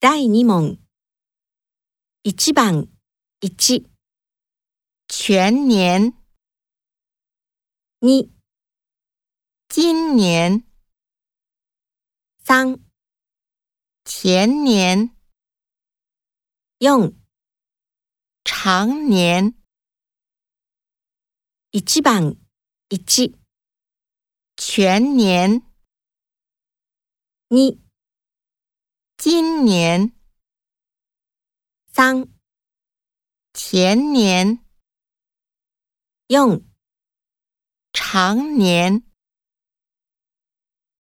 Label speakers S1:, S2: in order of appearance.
S1: 第2問。1番、1、
S2: 全年、
S1: 2、
S2: 今年、
S1: 3、
S2: 前年、
S1: 4。
S2: 常年、
S1: 1番、1、
S2: 全年、
S1: 2、
S2: 今年、
S1: 3、
S2: 前年、
S1: 4。
S2: 常年。